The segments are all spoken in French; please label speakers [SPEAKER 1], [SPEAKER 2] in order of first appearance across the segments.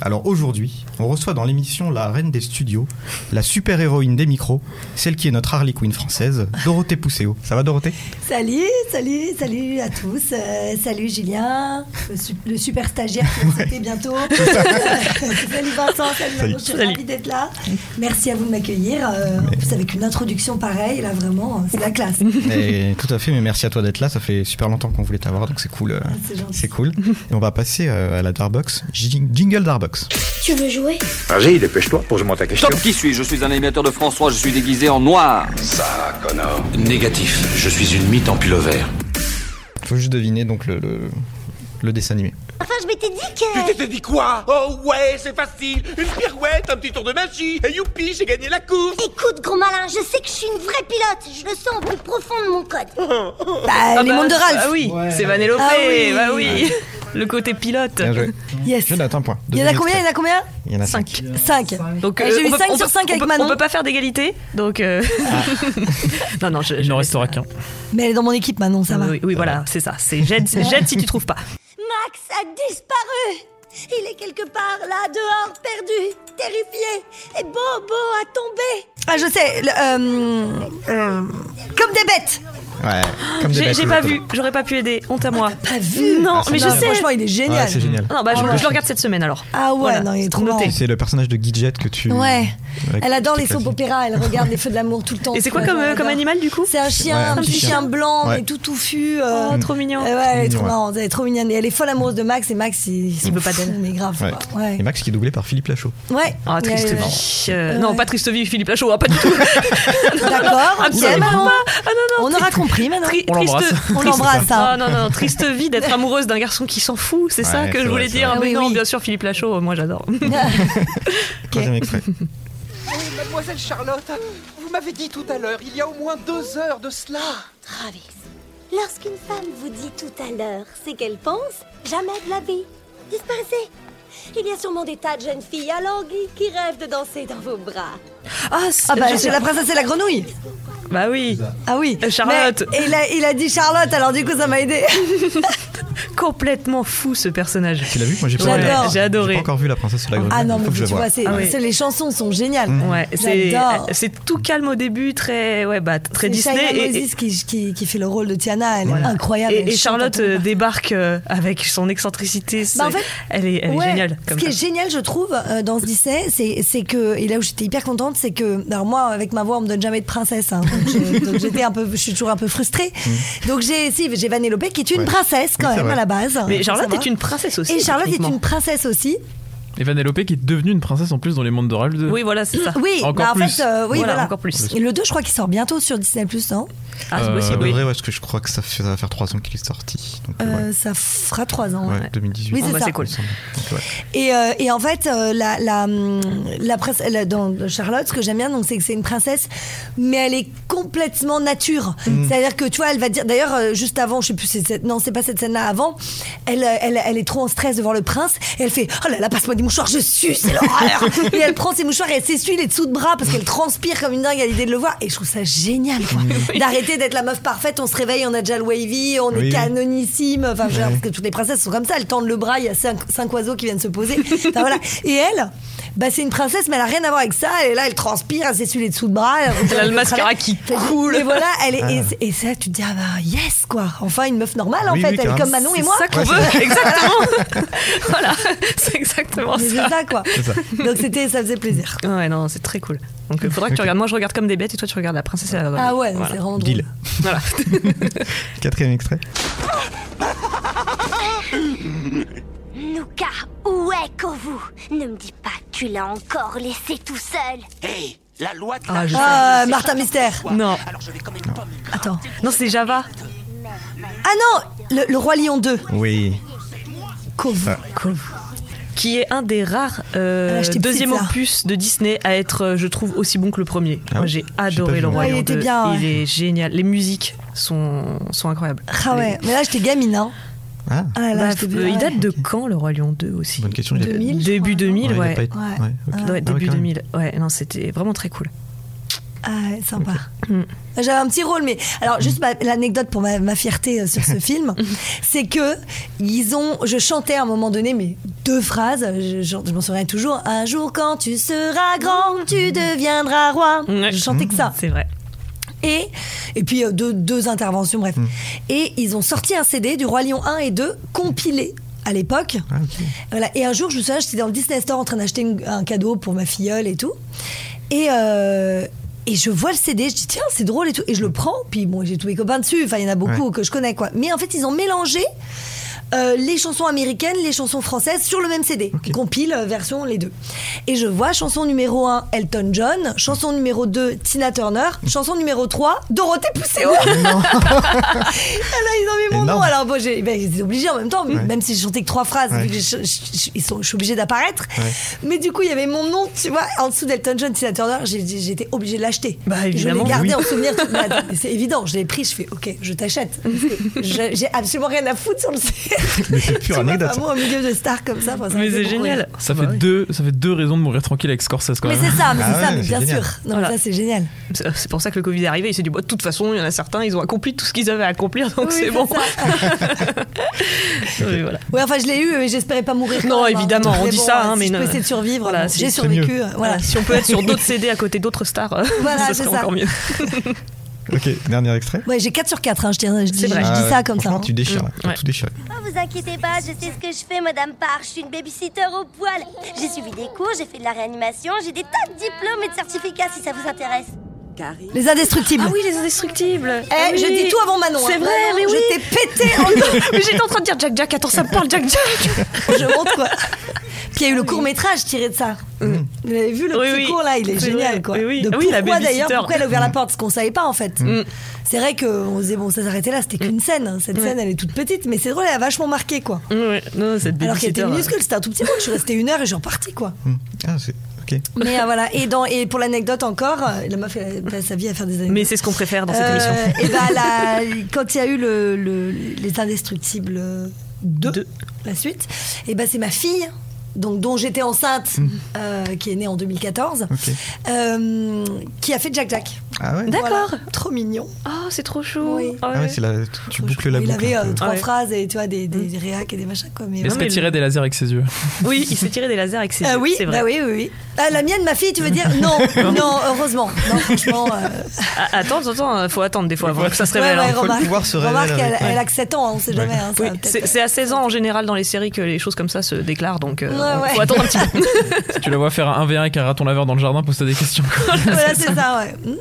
[SPEAKER 1] Alors aujourd'hui, on reçoit dans l'émission la reine des studios, la super-héroïne des micros, celle qui est notre Harley Quinn française, Dorothée Pousséo. Ça va Dorothée
[SPEAKER 2] Salut, salut, salut à tous. Euh, salut Julien, le, su- le super stagiaire qui va sauter bientôt. salut Vincent, salut, Manon, je suis
[SPEAKER 3] Salut.
[SPEAKER 2] ravie d'être là. Merci à vous de m'accueillir. Euh, en plus, avec une introduction pareille, là vraiment, hein, c'est la classe.
[SPEAKER 1] Et Tout à fait, mais merci à toi d'être là. Ça fait super longtemps qu'on voulait t'avoir, donc c'est cool. euh,
[SPEAKER 2] C'est gentil.
[SPEAKER 1] C'est cool. Et on va passer euh, à la Darbox. Jing- Jingle Darbox.
[SPEAKER 4] Tu veux jouer
[SPEAKER 5] Vas-y, dépêche-toi, pose-moi ta question.
[SPEAKER 6] Stop, qui suis-je Je suis un animateur de François, je suis déguisé en noir.
[SPEAKER 7] Ça, Connor. Négatif. Je suis une mythe en pilover.
[SPEAKER 1] Faut juste deviner donc le, le, le dessin animé.
[SPEAKER 4] Enfin, je m'étais dit que...
[SPEAKER 8] T'as dit quoi Oh ouais, c'est facile Une pirouette, un petit tour de magie Et youpi, j'ai gagné la course
[SPEAKER 4] Écoute, gros malin, je sais que je suis une vraie pilote. Je le sens au plus profond de mon code.
[SPEAKER 2] Bah, les mondes de Ralph.
[SPEAKER 3] Ah oui,
[SPEAKER 1] Ouais.
[SPEAKER 3] c'est Vanellope,
[SPEAKER 2] Ah oui.
[SPEAKER 3] bah oui. Le côté pilote.
[SPEAKER 1] Bien joué.
[SPEAKER 2] Yes.
[SPEAKER 1] Jonathan, point.
[SPEAKER 2] Il y en a combien Il y en a combien
[SPEAKER 1] Il y en a 5.
[SPEAKER 3] 5.
[SPEAKER 2] 5.
[SPEAKER 3] Donc,
[SPEAKER 2] Ah,
[SPEAKER 3] euh,
[SPEAKER 2] J'ai eu
[SPEAKER 3] on peut-
[SPEAKER 2] 5
[SPEAKER 3] on
[SPEAKER 2] sur
[SPEAKER 3] peut-
[SPEAKER 2] 5
[SPEAKER 3] on
[SPEAKER 2] avec
[SPEAKER 3] peut-
[SPEAKER 2] Manon.
[SPEAKER 3] On peut pas faire d'égalité, donc. euh,
[SPEAKER 1] Ah.
[SPEAKER 3] non, non, je.
[SPEAKER 9] Il
[SPEAKER 3] je-
[SPEAKER 9] n'en restera qu'un.
[SPEAKER 2] Mais elle est dans mon équipe, Manon, ça va.
[SPEAKER 3] Ah Oui, oui, voilà, c'est ça. C'est jette, c'est jette si tu trouves pas.
[SPEAKER 4] Max a disparu Il est quelque part, là, dehors, perdu, terrifié. Et Bobo a tombé.
[SPEAKER 2] Ah, je sais. le- euh, euh, comme des bêtes.
[SPEAKER 1] Ouais, comme des
[SPEAKER 3] J'ai
[SPEAKER 1] bêtes,
[SPEAKER 3] j'ai pas vu,
[SPEAKER 1] exactement.
[SPEAKER 3] j'aurais pas pu aider. Honte à moi.
[SPEAKER 2] Pas vu.
[SPEAKER 3] Non,
[SPEAKER 1] Ah, c'est
[SPEAKER 3] mais je
[SPEAKER 1] dommage.
[SPEAKER 3] sais.
[SPEAKER 2] Franchement, il est génial.
[SPEAKER 1] Ouais, c'est génial.
[SPEAKER 3] Non, bah je, je le regarde cette semaine alors.
[SPEAKER 2] Ah ouais,
[SPEAKER 3] Voilà,
[SPEAKER 2] non, il est
[SPEAKER 3] c'est
[SPEAKER 2] trop
[SPEAKER 3] noté.
[SPEAKER 2] marrant.
[SPEAKER 1] C'est le personnage de Gidget que tu.
[SPEAKER 2] Ouais.
[SPEAKER 1] Ouais,
[SPEAKER 2] Elle adore
[SPEAKER 1] que
[SPEAKER 2] les
[SPEAKER 1] t'as
[SPEAKER 2] soap
[SPEAKER 1] dit.
[SPEAKER 2] opéra, elle regarde les feux de l'amour tout le temps.
[SPEAKER 3] Et c'est quoi
[SPEAKER 2] Ouais,
[SPEAKER 3] comme, euh,
[SPEAKER 2] j'adore.
[SPEAKER 3] comme animal du coup
[SPEAKER 2] C'est un chien,
[SPEAKER 1] Ouais,
[SPEAKER 2] un petit chien, blanc,
[SPEAKER 1] Ouais. Mm.
[SPEAKER 2] mais tout touffu. euh,
[SPEAKER 3] Oh, trop mignon.
[SPEAKER 2] euh, ouais, elle est trop
[SPEAKER 1] Mignon, ouais.
[SPEAKER 2] marrante, elle est trop mignonne. Et elle est folle amoureuse de Max et Max, il, il s'en
[SPEAKER 3] veut pas
[SPEAKER 2] fout,
[SPEAKER 3] d'elle.
[SPEAKER 2] Mais grave.
[SPEAKER 1] Ouais.
[SPEAKER 2] quoi. Bah, Ouais.
[SPEAKER 1] Et Max qui est doublé par Philippe Lachaud.
[SPEAKER 2] Ouais.
[SPEAKER 3] Ah, triste
[SPEAKER 2] Ouais, ouais,
[SPEAKER 3] vie. Euh,
[SPEAKER 2] Ouais.
[SPEAKER 3] Non, pas triste vie, Philippe Lachaud, ah, pas du tout.
[SPEAKER 2] ouais. D'accord,
[SPEAKER 3] Ah,
[SPEAKER 2] ok,
[SPEAKER 3] absolument
[SPEAKER 2] Manon.
[SPEAKER 3] pas. Ah, non, non.
[SPEAKER 2] On aura compris maintenant.
[SPEAKER 3] Tri-
[SPEAKER 9] On
[SPEAKER 3] triste-
[SPEAKER 9] l'embrasse.
[SPEAKER 2] On
[SPEAKER 3] triste-
[SPEAKER 2] l'embrasse, hein.
[SPEAKER 3] Ah, non, non, triste vie d'être amoureuse d'un garçon qui s'en fout, c'est ça
[SPEAKER 1] Ouais,
[SPEAKER 3] que
[SPEAKER 1] c'est
[SPEAKER 3] je voulais
[SPEAKER 1] vrai, c'est
[SPEAKER 3] dire.
[SPEAKER 2] vrai.
[SPEAKER 3] Mais
[SPEAKER 2] Ah, oui,
[SPEAKER 3] non,
[SPEAKER 2] oui.
[SPEAKER 3] bien sûr, Philippe Lachaud, euh, moi j'adore.
[SPEAKER 1] Troisième extrait.
[SPEAKER 8] Mademoiselle Charlotte, vous m'avez dit tout à l'heure, il y a au moins deux heures de cela
[SPEAKER 4] Travis, lorsqu'une femme vous dit tout à l'heure ce qu'elle pense, jamais de la vie. Disparaissez. Il y a sûrement des tas de jeunes filles à l'anguille qui rêvent de danser dans vos bras.
[SPEAKER 3] Ah,
[SPEAKER 2] Ah bah, c'est la princesse et la grenouille.
[SPEAKER 3] Bah oui,
[SPEAKER 2] Ah oui.
[SPEAKER 3] Euh, Charlotte.
[SPEAKER 2] Mais- et il a, il a dit Charlotte, alors du coup, ça m'a aidé.
[SPEAKER 3] complètement fou ce personnage.
[SPEAKER 1] Tu l'as vu Moi j'ai pas,
[SPEAKER 2] J'adore.
[SPEAKER 1] j'ai
[SPEAKER 3] J'ai adoré.
[SPEAKER 1] pas encore vu la princesse sur la grenouille.
[SPEAKER 2] Ah non,
[SPEAKER 1] Faut
[SPEAKER 2] mais
[SPEAKER 1] que je Mm.
[SPEAKER 2] tu
[SPEAKER 1] le voie.
[SPEAKER 2] vois, c'est,
[SPEAKER 3] Ah oui.
[SPEAKER 2] c'est- les chansons sont géniales.
[SPEAKER 3] Ouais, c'est
[SPEAKER 2] J'adore.
[SPEAKER 3] c'est tout calme au début, très ouais bah très
[SPEAKER 2] C'est
[SPEAKER 3] Disney
[SPEAKER 2] Shia
[SPEAKER 3] et- et,
[SPEAKER 2] Moses qui, qui, qui fait le rôle de Tiana, elle est incroyable.
[SPEAKER 3] et-
[SPEAKER 2] elle
[SPEAKER 3] et
[SPEAKER 2] chante
[SPEAKER 3] Charlotte
[SPEAKER 2] à tout
[SPEAKER 3] euh,
[SPEAKER 2] va.
[SPEAKER 3] débarque euh, avec son excentricité. c'est-
[SPEAKER 2] Bah, en fait,
[SPEAKER 3] elle est, elle est
[SPEAKER 2] Ouais,
[SPEAKER 3] géniale.
[SPEAKER 2] Ce
[SPEAKER 3] Comme
[SPEAKER 2] qui est
[SPEAKER 3] ça.
[SPEAKER 2] génial, je trouve, euh, dans ce lycée, c'est, c'est que, et là où j'étais hyper contente, c'est que, alors moi, avec ma voix, on me donne jamais de princesse. hein. donc, je- donc j'étais un peu, je suis toujours un peu frustrée.
[SPEAKER 3] Mm.
[SPEAKER 2] Donc j'ai, si, j'ai Vanellope qui est une
[SPEAKER 1] Ouais.
[SPEAKER 2] princesse quand
[SPEAKER 1] Oui, c'est
[SPEAKER 2] même
[SPEAKER 1] vrai.
[SPEAKER 2] à la base.
[SPEAKER 3] Mais Charlotte
[SPEAKER 2] Ça va.
[SPEAKER 3] est une princesse aussi.
[SPEAKER 2] Et Charlotte est
[SPEAKER 3] techniquement.
[SPEAKER 2] une princesse aussi.
[SPEAKER 9] Et Vanellope qui est devenue une princesse en plus dans les mondes de Ralph 2.
[SPEAKER 3] Oui, voilà, c'est ça.
[SPEAKER 2] Oui,
[SPEAKER 9] Encore
[SPEAKER 2] bah, en
[SPEAKER 9] plus.
[SPEAKER 2] fait, euh, oui,
[SPEAKER 3] Voilà,
[SPEAKER 2] voilà.
[SPEAKER 3] encore plus.
[SPEAKER 2] Et le 2, je crois qu'il sort bientôt sur Disney, non
[SPEAKER 3] Ah, c'est
[SPEAKER 9] Euh,
[SPEAKER 1] Ça
[SPEAKER 3] possible, oui.
[SPEAKER 1] devrait, ouais, parce que je crois que ça, fait- ça va faire 3 ans qu'il est sorti. Donc,
[SPEAKER 2] Euh,
[SPEAKER 1] ouais.
[SPEAKER 2] Ça fera 3 ans.
[SPEAKER 1] Ouais,
[SPEAKER 2] ouais.
[SPEAKER 1] 2018.
[SPEAKER 2] Oui,
[SPEAKER 3] Bon,
[SPEAKER 2] c'est
[SPEAKER 3] bah,
[SPEAKER 2] ça.
[SPEAKER 3] c'est cool.
[SPEAKER 1] Donc, ouais.
[SPEAKER 2] Et, euh, et en fait, euh, la, la, hum, la presse, la- dans Charlotte, ce que j'aime bien, donc, c'est que c'est une princesse, mais elle est complètement nature. C'est-à-dire que, tu vois, elle va dire, d'ailleurs, euh, juste avant, je sais plus, c'est cette- non, c'est pas cette scène-là, avant, elle, euh, elle, elle est trop en stress devant le prince, et elle fait, oh là là, passe-moi des mouchoirs, je sue, c'est l'horreur. et elle prend ses mouchoirs et elle s'essuie les dessous de bras parce qu'elle transpire comme une dingue à l'idée de le voir. Et je trouve ça génial, quoi. D'arrêter d'être la meuf parfaite, on se réveille, on a déjà le wavy, on
[SPEAKER 1] Oui,
[SPEAKER 2] est
[SPEAKER 1] oui.
[SPEAKER 2] canonissime. Enfin, je veux dire, parce que toutes les princesses sont comme ça. Elles tendent le bras, il y a cinq, cinq oiseaux qui viennent se poser. Enfin, voilà. Et elle, bah, c'est une princesse, mais elle a rien à voir avec ça. Elle est là, elle transpire, elle s'essuie les dessous de bras.
[SPEAKER 3] Elle a le mascara qui
[SPEAKER 2] coule. Et voilà, elle est, et, et ça, tu te dis, ah bah, yes, quoi. Enfin, une meuf normale, en
[SPEAKER 1] Oui,
[SPEAKER 2] fait.
[SPEAKER 1] oui,
[SPEAKER 2] elle est
[SPEAKER 1] carrément.
[SPEAKER 2] comme Manon Ah, et
[SPEAKER 3] C'est
[SPEAKER 2] moi.
[SPEAKER 3] ça qu'on veut, exactement. voilà, c'est exactement
[SPEAKER 2] Mais c'est
[SPEAKER 3] ça. Ah
[SPEAKER 2] ça, quoi.
[SPEAKER 1] ça.
[SPEAKER 2] Donc, c'était, ça faisait plaisir.
[SPEAKER 3] Ouais, non, c'est très cool. Donc, il faudra que tu regardes. Moi, je regarde comme des bêtes et toi, tu regardes la princesse et la
[SPEAKER 2] Ah ouais,
[SPEAKER 3] Voilà.
[SPEAKER 2] c'est vraiment drôle.
[SPEAKER 1] Deal.
[SPEAKER 3] Voilà.
[SPEAKER 1] Quatrième extrait.
[SPEAKER 4] Nuka, où est Kovu Ne me dis pas que tu l'as encore laissé tout seul.
[SPEAKER 8] Hey, la loi de
[SPEAKER 3] Ah, je-
[SPEAKER 2] Ah, Martin Mystère.
[SPEAKER 3] Non.
[SPEAKER 8] Alors je vais quand même pas m'y prendre.
[SPEAKER 2] Attends.
[SPEAKER 3] Non, c'est Java.
[SPEAKER 2] Ah non, le, le Roi Lion 2.
[SPEAKER 1] Oui.
[SPEAKER 2] Kovu.
[SPEAKER 3] qui est un des rares euh,
[SPEAKER 2] Ah, j'étais petite,
[SPEAKER 3] deuxième
[SPEAKER 2] là.
[SPEAKER 3] opus de Disney à être, euh, je trouve, aussi bon que le premier.
[SPEAKER 1] Ah
[SPEAKER 3] Moi,
[SPEAKER 1] ouais
[SPEAKER 3] j'ai
[SPEAKER 1] pas
[SPEAKER 3] adoré
[SPEAKER 1] vu,
[SPEAKER 3] Le
[SPEAKER 1] moi.
[SPEAKER 3] Roi
[SPEAKER 2] Ouais, il
[SPEAKER 3] Lion
[SPEAKER 2] était
[SPEAKER 3] 2.
[SPEAKER 2] bien,
[SPEAKER 3] Il
[SPEAKER 2] ouais.
[SPEAKER 3] est génial. Les musiques sont, sont incroyables.
[SPEAKER 2] Ah ouais, mais là j'étais gamine, hein.
[SPEAKER 1] Ah,
[SPEAKER 2] Ah là là,
[SPEAKER 3] Bah,
[SPEAKER 2] j'étais
[SPEAKER 3] euh,
[SPEAKER 2] bien,
[SPEAKER 3] il date
[SPEAKER 2] ouais.
[SPEAKER 3] de quand, Le Roi Lion 2 aussi
[SPEAKER 1] bonne question. Il a-
[SPEAKER 2] 2000, je
[SPEAKER 3] Début 2000,
[SPEAKER 1] Ouais, il a
[SPEAKER 3] ouais.
[SPEAKER 1] pas été-
[SPEAKER 2] Ouais.
[SPEAKER 1] ouais, ok.
[SPEAKER 3] Ouais,
[SPEAKER 1] Ah ouais,
[SPEAKER 3] début
[SPEAKER 1] quand même.
[SPEAKER 3] 2000. Ouais, non, c'était vraiment très cool.
[SPEAKER 2] Ah ouais, sympa. J'avais un petit rôle, mais alors juste ma- l'anecdote pour ma, ma fierté euh, sur ce film, c'est que ils ont, je chantais à un moment donné, mais deux phrases, je, je- je m'en souviens toujours. Un jour quand tu seras grand, tu deviendras roi.
[SPEAKER 3] Ouais. Mm.
[SPEAKER 2] Je chantais que ça.
[SPEAKER 3] C'est vrai.
[SPEAKER 2] Et, et puis euh, deux, deux interventions, bref. Et ils ont sorti un CD du Roi Lion 1 et 2 compilé à l'époque.
[SPEAKER 1] Ah, ok.
[SPEAKER 2] Voilà. Et un jour, je me souviens, j'étais dans le Disney Store en train d'acheter une- un cadeau pour ma filleule et tout. Et, euh, et je vois le CD, je dis tiens, c'est drôle et tout. Et je le prends, puis bon, j'ai tous mes copains dessus, enfin, il y en a beaucoup
[SPEAKER 1] Ouais.
[SPEAKER 2] que je connais, quoi. Mais en fait, ils ont mélangé. euh, les chansons américaines, les chansons françaises sur le même CD.
[SPEAKER 1] Ok.
[SPEAKER 2] Compile euh, version les deux. Et je vois chanson numéro 1 Elton John, chanson numéro 2 Tina Turner, chanson numéro 3 Dorothée Pousseau. Ah là, ils ont mis mon
[SPEAKER 1] Énorme.
[SPEAKER 2] nom. Alors, moi, j'ai, ben, j'étais obligée en même temps,
[SPEAKER 1] Ouais.
[SPEAKER 2] même si je chantais que trois phrases,
[SPEAKER 1] Ouais.
[SPEAKER 2] vu que je, je- je- ils sont, je suis obligée d'apparaître.
[SPEAKER 1] Ouais.
[SPEAKER 2] Mais du coup, il y avait mon nom, tu vois, en dessous d'Elton John, Tina Turner, j'ai- j'ai- j'étais obligée de l'acheter.
[SPEAKER 3] Bah,
[SPEAKER 2] Je
[SPEAKER 3] évidemment.
[SPEAKER 2] l'ai gardé
[SPEAKER 1] Oui.
[SPEAKER 2] en souvenir. toute ma- Mais C'est évident, je l'ai pris, je fais, ok, je t'achète. Parce que je- J'ai absolument rien à foutre sur le site.
[SPEAKER 1] Mais c'est pure
[SPEAKER 2] Tu vois,
[SPEAKER 1] anecdote,
[SPEAKER 2] pas
[SPEAKER 1] ça.
[SPEAKER 2] moi, au milieu de stars comme ça. enfin, ça
[SPEAKER 3] Mais
[SPEAKER 2] me fait
[SPEAKER 3] c'est
[SPEAKER 2] beaucoup rire.
[SPEAKER 3] génial.
[SPEAKER 9] Ça fait, deux, ça fait deux raisons de mourir tranquille avec Scorsese quand
[SPEAKER 2] Mais
[SPEAKER 9] même.
[SPEAKER 2] c'est ça, mais
[SPEAKER 1] Ah
[SPEAKER 2] c'est ça,
[SPEAKER 1] ouais,
[SPEAKER 2] mais
[SPEAKER 1] c'est
[SPEAKER 2] bien
[SPEAKER 1] génial.
[SPEAKER 2] sûr. Non, mais
[SPEAKER 3] Voilà.
[SPEAKER 2] ça, c'est génial.
[SPEAKER 3] C'est euh, c'est pour ça que le Covid est arrivé. Il s'est dit, bah, de toute façon, il y en a certains, ils ont accompli tout ce qu'ils avaient à accomplir, donc
[SPEAKER 2] Oui,
[SPEAKER 3] c'est bon. Oui, voilà.
[SPEAKER 2] Ouais, enfin, je l'ai eu, mais j'espérais pas mourir. quand
[SPEAKER 3] Non,
[SPEAKER 2] même, hein.
[SPEAKER 3] évidemment, on
[SPEAKER 2] Mais
[SPEAKER 3] dit
[SPEAKER 2] bon,
[SPEAKER 3] ça, hein,
[SPEAKER 2] si
[SPEAKER 3] mais
[SPEAKER 2] je
[SPEAKER 3] non.
[SPEAKER 2] peux essayer de survivre.
[SPEAKER 3] Voilà,
[SPEAKER 2] bon,
[SPEAKER 3] c'est-
[SPEAKER 2] j'ai
[SPEAKER 1] c'est mieux.
[SPEAKER 2] survécu. euh, Voilà.
[SPEAKER 3] Voilà, si on peut être sur d'autres CD à côté d'autres stars, euh,
[SPEAKER 2] Voilà,
[SPEAKER 3] ça
[SPEAKER 2] c'est
[SPEAKER 3] serait
[SPEAKER 2] ça.
[SPEAKER 3] encore mieux.
[SPEAKER 1] Ok, dernier extrait.
[SPEAKER 2] Ouais, j'ai 4 sur 4, je, tiens, je dis,
[SPEAKER 3] C'est vrai.
[SPEAKER 2] je dis
[SPEAKER 1] Ah ouais,
[SPEAKER 2] ça comme ça. hein.
[SPEAKER 1] franchement, tu déchires, là. T'as
[SPEAKER 3] Ouais.
[SPEAKER 1] tout déchiré.
[SPEAKER 4] Ah, vous inquiétez pas, je sais ce que je fais, Madame Parr. Je suis une babysitter au poil. J'ai suivi des cours, j'ai fait de la réanimation, j'ai des tas de diplômes et de certificats si ça vous intéresse.
[SPEAKER 2] hein. Les indestructibles.
[SPEAKER 3] Ah oui, les indestructibles. Ah
[SPEAKER 2] Eh, je dis tout avant Manon.
[SPEAKER 3] C'est
[SPEAKER 2] hein.
[SPEAKER 3] vrai, mais
[SPEAKER 2] Je
[SPEAKER 3] oui. Oh
[SPEAKER 2] t'ai pété en
[SPEAKER 3] Mais j'étais en train de dire Jack Jack, attends, ça me parle Jack Jack.
[SPEAKER 2] Je monte quoi. Puis il y a eu le court métrage tiré de ça.
[SPEAKER 1] Mm.
[SPEAKER 2] Vous avez vu le
[SPEAKER 3] Ah Mm. Oui,
[SPEAKER 2] petit
[SPEAKER 3] oui.
[SPEAKER 2] court là, il est
[SPEAKER 3] C'est
[SPEAKER 2] génial
[SPEAKER 3] vrai.
[SPEAKER 2] quoi.
[SPEAKER 3] Oui, oui.
[SPEAKER 2] De
[SPEAKER 3] Ah oui, la
[SPEAKER 2] pourquoi d'ailleurs,
[SPEAKER 3] babysitter. Mm.
[SPEAKER 2] pourquoi elle a ouvert la porte, ce qu'on savait pas en fait. C'est vrai qu'on se disait bon, ça s'arrêtait là, c'était qu'une scène. hein. Cette scène elle est toute petite, mais c'est drôle, elle a vachement marqué quoi.
[SPEAKER 3] Ouais, non, cette
[SPEAKER 2] Alors qu'elle était
[SPEAKER 3] babysitter, euh,
[SPEAKER 2] minuscule, c'était un tout petit bout, je suis restée une heure et je suis repartie quoi.
[SPEAKER 1] Hmm. Ah, c'est. Ok.
[SPEAKER 2] Mais euh, voilà, et, dans, et pour l'anecdote encore, euh, la meuf elle passe sa vie à faire des anecdotes.
[SPEAKER 3] Mais c'est ce qu'on préfère dans cette émission.
[SPEAKER 2] et ben la- quand il y a eu le, le- les indestructibles 2,
[SPEAKER 3] Deux.
[SPEAKER 2] la suite, et ben c'est ma fille. Donc, dont j'étais enceinte, euh, qui est née en 2014,
[SPEAKER 1] Ok.
[SPEAKER 2] euh, qui a fait Jack Jack.
[SPEAKER 1] Ah ouais.
[SPEAKER 3] D'accord.
[SPEAKER 2] Voilà. Trop mignon.
[SPEAKER 3] Oh, c'est trop chaud.
[SPEAKER 2] Oui.
[SPEAKER 3] Ah ouais.
[SPEAKER 1] Ah ouais, c'est la. tu- Tu boucles la
[SPEAKER 2] Il
[SPEAKER 1] boucle.
[SPEAKER 2] avait
[SPEAKER 1] un
[SPEAKER 2] euh,
[SPEAKER 1] peu.
[SPEAKER 2] trois
[SPEAKER 3] Ouais.
[SPEAKER 2] phrases et tu vois, des, des réacs et des machins. Quoi, mais
[SPEAKER 9] Est-ce
[SPEAKER 3] Non,
[SPEAKER 9] qu'elle
[SPEAKER 3] mais
[SPEAKER 9] tirait des lasers avec ses yeux
[SPEAKER 3] Oui, il s'est tiré des lasers avec ses
[SPEAKER 2] Ah
[SPEAKER 3] yeux,
[SPEAKER 2] oui,
[SPEAKER 3] c'est vrai.
[SPEAKER 2] bah oui, oui, oui. Ah, la mienne, ma fille, tu veux dire Non, non, heureusement. Non, franchement. euh,
[SPEAKER 3] Ah, attends, attends, euh, faut attendre des fois avant que ça se
[SPEAKER 2] ouais,
[SPEAKER 3] révèle.
[SPEAKER 2] ouais,
[SPEAKER 3] hein.
[SPEAKER 1] faut le
[SPEAKER 2] remarque,
[SPEAKER 1] pouvoir se révéler
[SPEAKER 2] remarque, elle,
[SPEAKER 1] avec, ouais.
[SPEAKER 2] elle a que 7 ans, on sait jamais. hein, ça
[SPEAKER 3] Oui,
[SPEAKER 2] va peut-être-
[SPEAKER 3] c'est c'est à 16 ans en général dans les séries que les choses comme ça se déclarent, donc euh,
[SPEAKER 2] Ouais, ouais.
[SPEAKER 3] faut attendre un petit peu.
[SPEAKER 9] Si tu la vois faire un 1v1 avec un raton laveur dans le jardin, pose-toi des questions.
[SPEAKER 2] Voilà, c'est ça, ouais. Hum,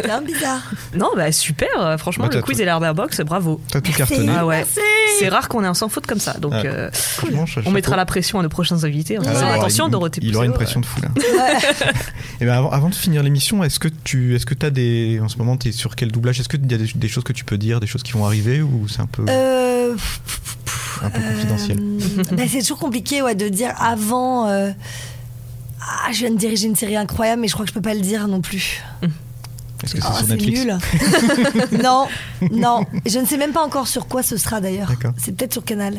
[SPEAKER 2] C'est un bizarre.
[SPEAKER 3] Non, bah super, euh, franchement,
[SPEAKER 1] Bah,
[SPEAKER 3] le
[SPEAKER 1] t'as
[SPEAKER 3] quiz
[SPEAKER 1] tout.
[SPEAKER 3] et l'herbe box, bravo.
[SPEAKER 1] T'as tout cartonné.
[SPEAKER 3] Ah ouais.
[SPEAKER 2] Merci.
[SPEAKER 3] C'est rare qu'on ait un sans faute comme ça, donc
[SPEAKER 1] Ah,
[SPEAKER 3] euh,
[SPEAKER 1] Franchement, cha-
[SPEAKER 3] on mettra
[SPEAKER 1] chapeau.
[SPEAKER 3] la pression à nos prochains invités. en
[SPEAKER 1] Ah,
[SPEAKER 3] disant,
[SPEAKER 1] il aura-
[SPEAKER 3] attention,
[SPEAKER 1] il-
[SPEAKER 3] Dorothée
[SPEAKER 1] Il aura une
[SPEAKER 3] Pousseau,
[SPEAKER 1] pression de fou là. Et ben avant, avant de finir l'émission, est-ce que tu est-ce que t'as des en ce moment t'es sur quel doublage Est-ce que y a des, des choses que tu peux dire, des choses qui vont arriver ou c'est un peu
[SPEAKER 2] Euh,
[SPEAKER 1] un peu confidentiel
[SPEAKER 2] euh, ben, c'est toujours compliqué ouais, de dire avant. euh, Ah, je viens de diriger une série incroyable, mais je crois que je peux pas le dire non plus.
[SPEAKER 1] Est-ce que c'est
[SPEAKER 2] Ah,
[SPEAKER 1] sur
[SPEAKER 2] c'est
[SPEAKER 1] Netflix
[SPEAKER 2] nul. non, non. Je ne sais même pas encore sur quoi ce sera d'ailleurs.
[SPEAKER 1] D'accord.
[SPEAKER 2] C'est peut-être sur Canal.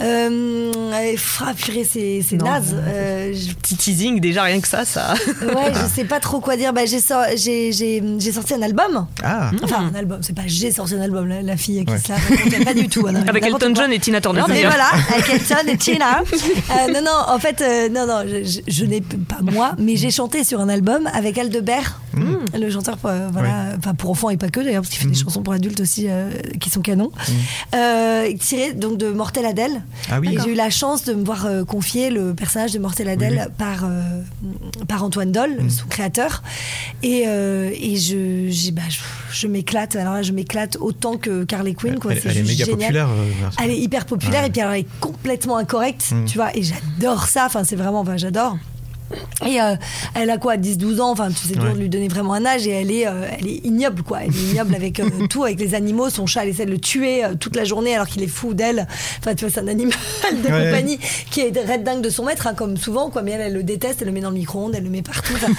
[SPEAKER 2] Euh, et, fra- purée, c'est c'est
[SPEAKER 3] Non.
[SPEAKER 2] naze. Euh, je-
[SPEAKER 3] euh, Petit teasing, déjà rien que ça, ça.
[SPEAKER 2] ouais, je sais pas trop quoi dire. Ben, j'ai sor- j'ai- j'ai j'ai sorti un album.
[SPEAKER 1] Ah,
[SPEAKER 3] Hmm?
[SPEAKER 2] Enfin, un album. C'est pas j'ai sorti un album, la, la fille qui
[SPEAKER 1] Ouais.
[SPEAKER 2] se la racontait pas du tout. hein, non, mais
[SPEAKER 3] Avec
[SPEAKER 2] n'importe
[SPEAKER 3] Elton
[SPEAKER 2] quoi.
[SPEAKER 3] John et Tina Turner.
[SPEAKER 2] Non, mais
[SPEAKER 3] d'ailleurs.
[SPEAKER 2] voilà, avec Elton et Tina. Euh, non, non, en fait, euh, non, non, je, je- je n'ai p- pas moi, mais j'ai chanté sur un album avec Aldebert,
[SPEAKER 3] Hmm.
[SPEAKER 2] le chanteur euh, voilà, enfin, pour enfants et pas que d'ailleurs, parce qu'il fait des chansons pour adultes aussi euh, qui sont canons, Euh, tiré donc de Mortel Adèle.
[SPEAKER 1] Ah oui.
[SPEAKER 2] Et J'ai eu la chance de me voir euh, confier le personnage de Mortel Adèle par, euh, par Antoine Doll,
[SPEAKER 1] Mm.
[SPEAKER 2] son créateur. Et, euh, et je, j'ai- bah, je, je m'éclate, alors là, je m'éclate autant que Carly Quinn. Quoi.
[SPEAKER 1] elle,
[SPEAKER 2] C'est
[SPEAKER 1] elle est
[SPEAKER 2] juste
[SPEAKER 1] méga
[SPEAKER 2] génial.
[SPEAKER 1] populaire. euh,
[SPEAKER 2] Elle est hyper populaire
[SPEAKER 1] Ouais.
[SPEAKER 2] et puis alors elle est complètement incorrecte,
[SPEAKER 1] Mm.
[SPEAKER 2] tu vois, et j'adore ça, enfin c'est vraiment, enfin j'adore. Et euh, elle a quoi 10-12 ans, enfin tu sais, toujours
[SPEAKER 1] Ouais.
[SPEAKER 2] de lui donner vraiment un âge et elle est, euh, elle est ignoble quoi, elle est ignoble avec euh, tout, avec les animaux, son chat elle essaie de le tuer euh, toute la journée alors qu'il est fou d'elle, enfin tu vois c'est un animal de
[SPEAKER 1] Ouais.
[SPEAKER 2] compagnie qui est red dingue de son maître hein, comme souvent quoi, mais elle, elle le déteste, elle le met dans le micro-ondes, elle le met partout, enfin,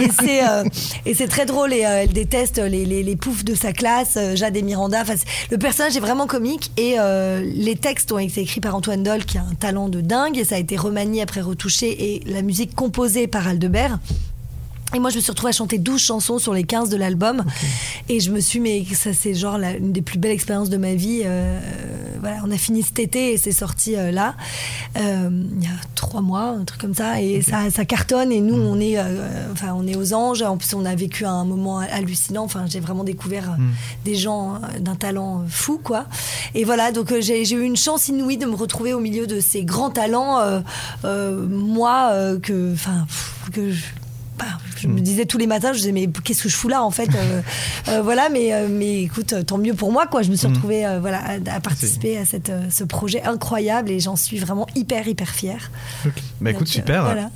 [SPEAKER 2] et c'est euh, et c'est très drôle et euh, elle déteste les, les, les poufs de sa classe, euh, Jade et Miranda, enfin c'est- le personnage est vraiment comique et euh, les textes ont été écrits par Antoine Doll qui a un talent de dingue et ça a été remanié après retouché et la musique composée par Aldebert. Et moi, je me suis retrouvée à chanter 12 chansons sur les 15 de l'album. Et je me suis, mais ça, c'est genre la- une des plus belles expériences de ma vie. Euh, voilà, on a fini cet été et c'est sorti euh, là, Euh, il y a trois mois, un truc comme ça. Et ça, ça cartonne. Et nous, on est, euh, enfin, on est aux anges. En plus, on a vécu un moment hallucinant. Enfin, j'ai vraiment découvert euh, des gens euh, d'un talent euh, fou, quoi. Et voilà, donc euh, j'ai j'ai eu une chance inouïe de me retrouver au milieu de ces grands talents, euh, euh, moi, euh, que, enfin, pff, que je bah, je me disais tous les matins, je disais mais qu'est-ce que je fous là en fait, euh, euh, voilà. Mais euh, mais écoute, euh, tant mieux pour moi quoi. Je
[SPEAKER 1] Mm.
[SPEAKER 2] me suis retrouvée euh, voilà à, à participer à cette, euh, ce projet incroyable et j'en suis vraiment hyper hyper fière.
[SPEAKER 1] Bah écoute,
[SPEAKER 2] Donc, euh,
[SPEAKER 1] super.
[SPEAKER 2] voilà.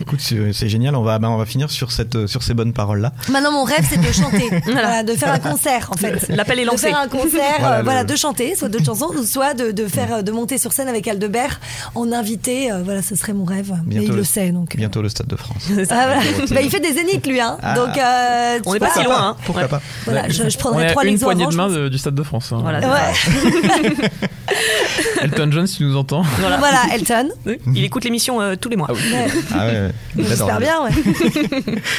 [SPEAKER 1] Écoute, c'est c'est génial. On va, bah, on va finir sur, cette, sur ces bonnes paroles-là.
[SPEAKER 2] Maintenant mon rêve c'est de chanter, Voilà, de faire un concert en fait.
[SPEAKER 3] L'appel est
[SPEAKER 2] de
[SPEAKER 3] lancé.
[SPEAKER 2] faire un concert,
[SPEAKER 1] Voilà,
[SPEAKER 2] euh,
[SPEAKER 1] le-
[SPEAKER 2] voilà, de chanter soit d'autres chansons, ou soit de, de faire euh, de monter sur scène avec Aldebert en invité. euh, voilà, ce serait mon rêve. mais
[SPEAKER 1] Bientôt
[SPEAKER 2] il
[SPEAKER 1] le-
[SPEAKER 2] le sait donc. euh.
[SPEAKER 1] Bientôt le Stade de France.
[SPEAKER 2] Ah, voilà. Bah, il fait des zéniths lui hein.
[SPEAKER 1] Ah.
[SPEAKER 2] Donc euh,
[SPEAKER 3] On n'est pas
[SPEAKER 2] voilà.
[SPEAKER 3] si loin. Hein.
[SPEAKER 1] Pourquoi
[SPEAKER 3] Ouais.
[SPEAKER 1] pas
[SPEAKER 2] Voilà, je, je
[SPEAKER 9] On
[SPEAKER 2] prendrais
[SPEAKER 9] est
[SPEAKER 2] trois
[SPEAKER 9] à une
[SPEAKER 2] Lexo
[SPEAKER 9] poignée
[SPEAKER 2] avant.
[SPEAKER 9] de
[SPEAKER 2] je
[SPEAKER 9] main
[SPEAKER 2] pense.
[SPEAKER 9] de- du Stade de France. hein.
[SPEAKER 3] Voilà.
[SPEAKER 2] Ouais,
[SPEAKER 9] Elton John, si tu nous entends.
[SPEAKER 2] voilà. Elton.
[SPEAKER 3] Il écoute l'émission euh, tous les mois.
[SPEAKER 2] Ouais,
[SPEAKER 1] Ah ouais, ouais. J'adore.
[SPEAKER 2] J'espère bien, ouais.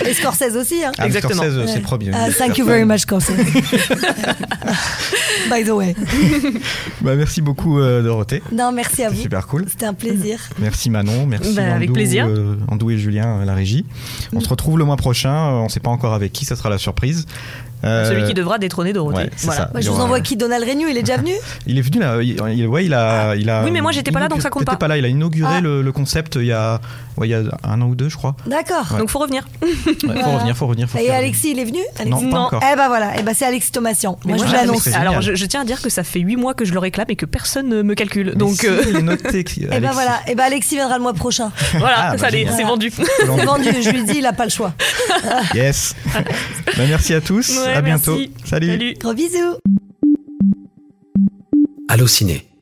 [SPEAKER 2] Et Scorsese aussi, hein.
[SPEAKER 1] Ah,
[SPEAKER 3] Exactement.
[SPEAKER 1] Scorsese, c'est
[SPEAKER 2] Ouais.
[SPEAKER 1] le premier.
[SPEAKER 2] Ah, thank you very much, Scorsese. By the way.
[SPEAKER 1] Bah, merci beaucoup, euh, Dorothée.
[SPEAKER 2] Non, merci à
[SPEAKER 1] C'est
[SPEAKER 2] vous.
[SPEAKER 1] super cool.
[SPEAKER 2] C'était Mm. un plaisir.
[SPEAKER 1] Merci Manon, merci
[SPEAKER 3] Bah, avec
[SPEAKER 1] Andou,
[SPEAKER 3] plaisir.
[SPEAKER 1] euh, Andou et Julien, euh, la régie. On se retrouve le mois prochain. euh, On ne sait pas encore avec qui, ça sera la surprise. Euh,
[SPEAKER 3] Celui qui devra détrôner Dorothée.
[SPEAKER 1] ouais, c'est
[SPEAKER 3] voilà.
[SPEAKER 1] ça.
[SPEAKER 2] Moi, je
[SPEAKER 1] Il y
[SPEAKER 2] vous
[SPEAKER 1] aura-
[SPEAKER 2] envoie qui Donald Renew, il est déjà venu
[SPEAKER 1] Il est venu là. Il, il- ouais, il a, il a.
[SPEAKER 3] Ah, Oui, mais moi, j'étais pas là, donc ça
[SPEAKER 1] inauguré-
[SPEAKER 3] compte pas.
[SPEAKER 1] t'étais là. Il a inauguré
[SPEAKER 2] Ah.
[SPEAKER 1] le, le concept il y a, ouais, il y a un an ou deux, je crois.
[SPEAKER 2] D'accord.
[SPEAKER 3] Donc faut revenir.
[SPEAKER 1] Ouais, Faut revenir, faut revenir, faut
[SPEAKER 2] Et
[SPEAKER 1] faire-
[SPEAKER 2] Alexis, il est venu Alexis
[SPEAKER 1] Non, pas
[SPEAKER 3] Non.
[SPEAKER 1] encore.
[SPEAKER 2] Eh ben voilà, eh ben, c'est Alexis Thomasian. Moi, je vous
[SPEAKER 1] j'ai-
[SPEAKER 2] l'annonce.
[SPEAKER 1] C'est
[SPEAKER 3] Alors
[SPEAKER 1] génial.
[SPEAKER 3] je, je tiens à dire que ça fait 8 mois que je le réclame et que personne ne me calcule.
[SPEAKER 1] Mais
[SPEAKER 3] Donc
[SPEAKER 1] si,
[SPEAKER 3] euh,
[SPEAKER 1] il est noté.
[SPEAKER 2] Eh ben voilà, eh ben Alexis viendra le mois prochain.
[SPEAKER 3] voilà,
[SPEAKER 1] Ah,
[SPEAKER 3] ça
[SPEAKER 1] bah,
[SPEAKER 3] allez,
[SPEAKER 1] génial.
[SPEAKER 3] c'est vendu.
[SPEAKER 2] C'est vendu, je lui dis, il a pas le choix.
[SPEAKER 1] Yes. Bah, merci à tous.
[SPEAKER 3] Ouais,
[SPEAKER 1] à bientôt.
[SPEAKER 3] merci. Salut.
[SPEAKER 2] Gros bisous.
[SPEAKER 7] Allociné,